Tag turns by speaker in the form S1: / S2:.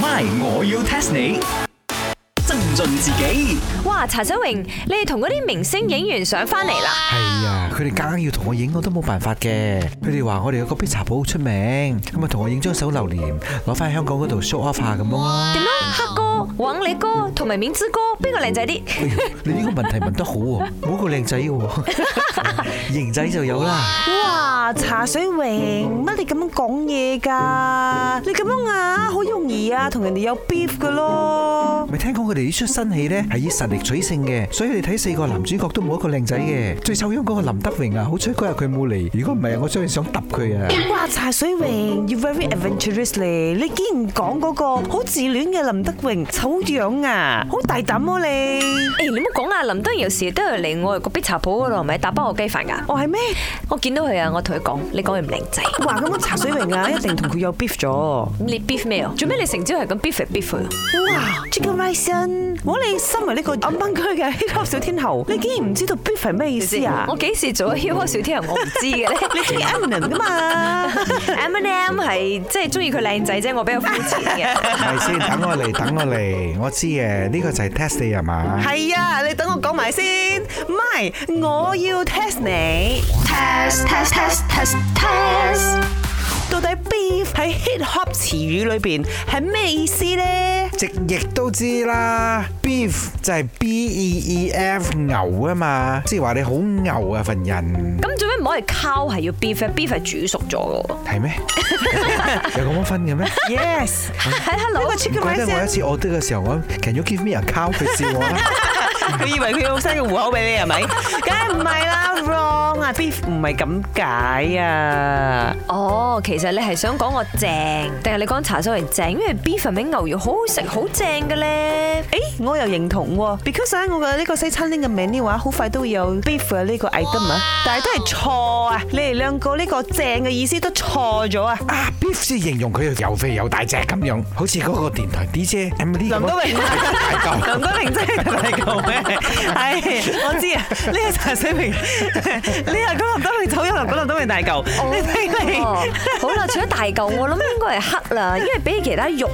S1: My，我要 test 你。增進自己，
S2: 哇，查水榮，你哋同嗰啲明星影完相翻嚟啦，
S3: 係啊，佢哋夾硬要同我影，我都冇辦法嘅。佢哋話我哋有個必茶鋪好出名，咁啊同我影張手榴蓮，攞翻香港嗰度 show off 下咁樣咯。
S2: 點啊？黑哥、王力哥同埋面之哥，邊個靚仔啲？
S3: 哎呦，你呢個問題問得好喎，冇個靚仔喎，型仔就有啦。
S4: 哇！茶水榮，乜你咁樣講嘢㗎？你咁樣啊，好容易啊，同人哋有 beef 㗎咯。
S3: 咪聽講佢哋呢出新戲呢係以實力取勝嘅，所以你睇四個男主角都冇一個靚仔嘅。最醜樣嗰個林德榮啊，好彩嗰日佢冇嚟，如果唔係我真係想揼佢啊！
S4: 哇！茶水榮，you very adventurous 咧，你竟然講嗰個好自戀嘅林德榮醜樣啊，好大膽啊你！
S2: 誒，你唔好講啦，林德榮有時都係嚟我哋個必茶鋪嗰度，係咪打包我雞飯㗎？
S4: 哦係咩？
S2: 我見到佢啊，我同佢講，你講佢唔 靚仔，
S4: 哇！咁樣茶水榮啊，一定同佢有 beef 咗。哇
S2: 你 beef 咩啊？做咩你成朝係咁 beef 嚟 beef 去啊？
S4: ！Chicken Rice，我啊你身為呢個暗崩區嘅 hip hop 小天后，你竟然唔知道 beef 係咩意思啊？
S2: 我幾時做咗 hip hop 小天后我唔知嘅咧。
S4: 你啊中意 Eminem M&M 㗎嘛？
S2: Eminem 係即係中意佢靚仔啫，我比較膚淺嘅。
S3: 係咪先？等我嚟，等我嚟，我知嘅，呢個就係 test 你係嘛？
S4: 係啊，你等我講埋先。唔係，我要 test 你。
S5: test test test test test
S4: 到底 beef 喺 hip hop 詞語裏邊係咩意思呢？
S3: 直譯都知啦，beef 就係 B E E F 牛啊嘛，即係話你好牛啊份人，
S2: 咁做咩唔可以 cow 係要 beef？beef 係煮熟咗嘅喎。
S3: 係咩？有咁樣分嘅咩？
S4: Yes，
S2: 喺 hello
S4: 個 chicken
S3: 唔怪
S4: rice
S3: 得我一次我得嘅時候，我 Can you give me a cow？佢笑我啦。
S4: 佢以為佢要生個戶口俾你係咪？梗係唔係啦，wrong 啊！beef 唔係咁解啊。
S2: 哦，其實你係想講我正，定係你講茶水人正？因為 beef 係咪牛肉好好食，好正嘅咧。
S4: 誒，我又認同喎，because 咧我嘅呢個西餐廳嘅名呢話，好快都會有 beef 嘅呢個 item 啊，但係都係錯啊！你哋兩個呢個正嘅意思都錯咗啊！
S3: 啊，beef 先形容佢又肥又大隻咁樣，好似嗰個電台 DJ Emily
S4: 林
S3: 咁
S4: 德啊
S3: 樣
S4: 榮
S3: 大嚿。
S4: 梁君明真係大嚿咩？係，我知啊，呢個陳水明，你係講林德榮醜樣，林講林德榮大嚿，你睇你。
S2: 哦，好啦，除咗大嚿，我諗應該係黑啦，因為比起其他肉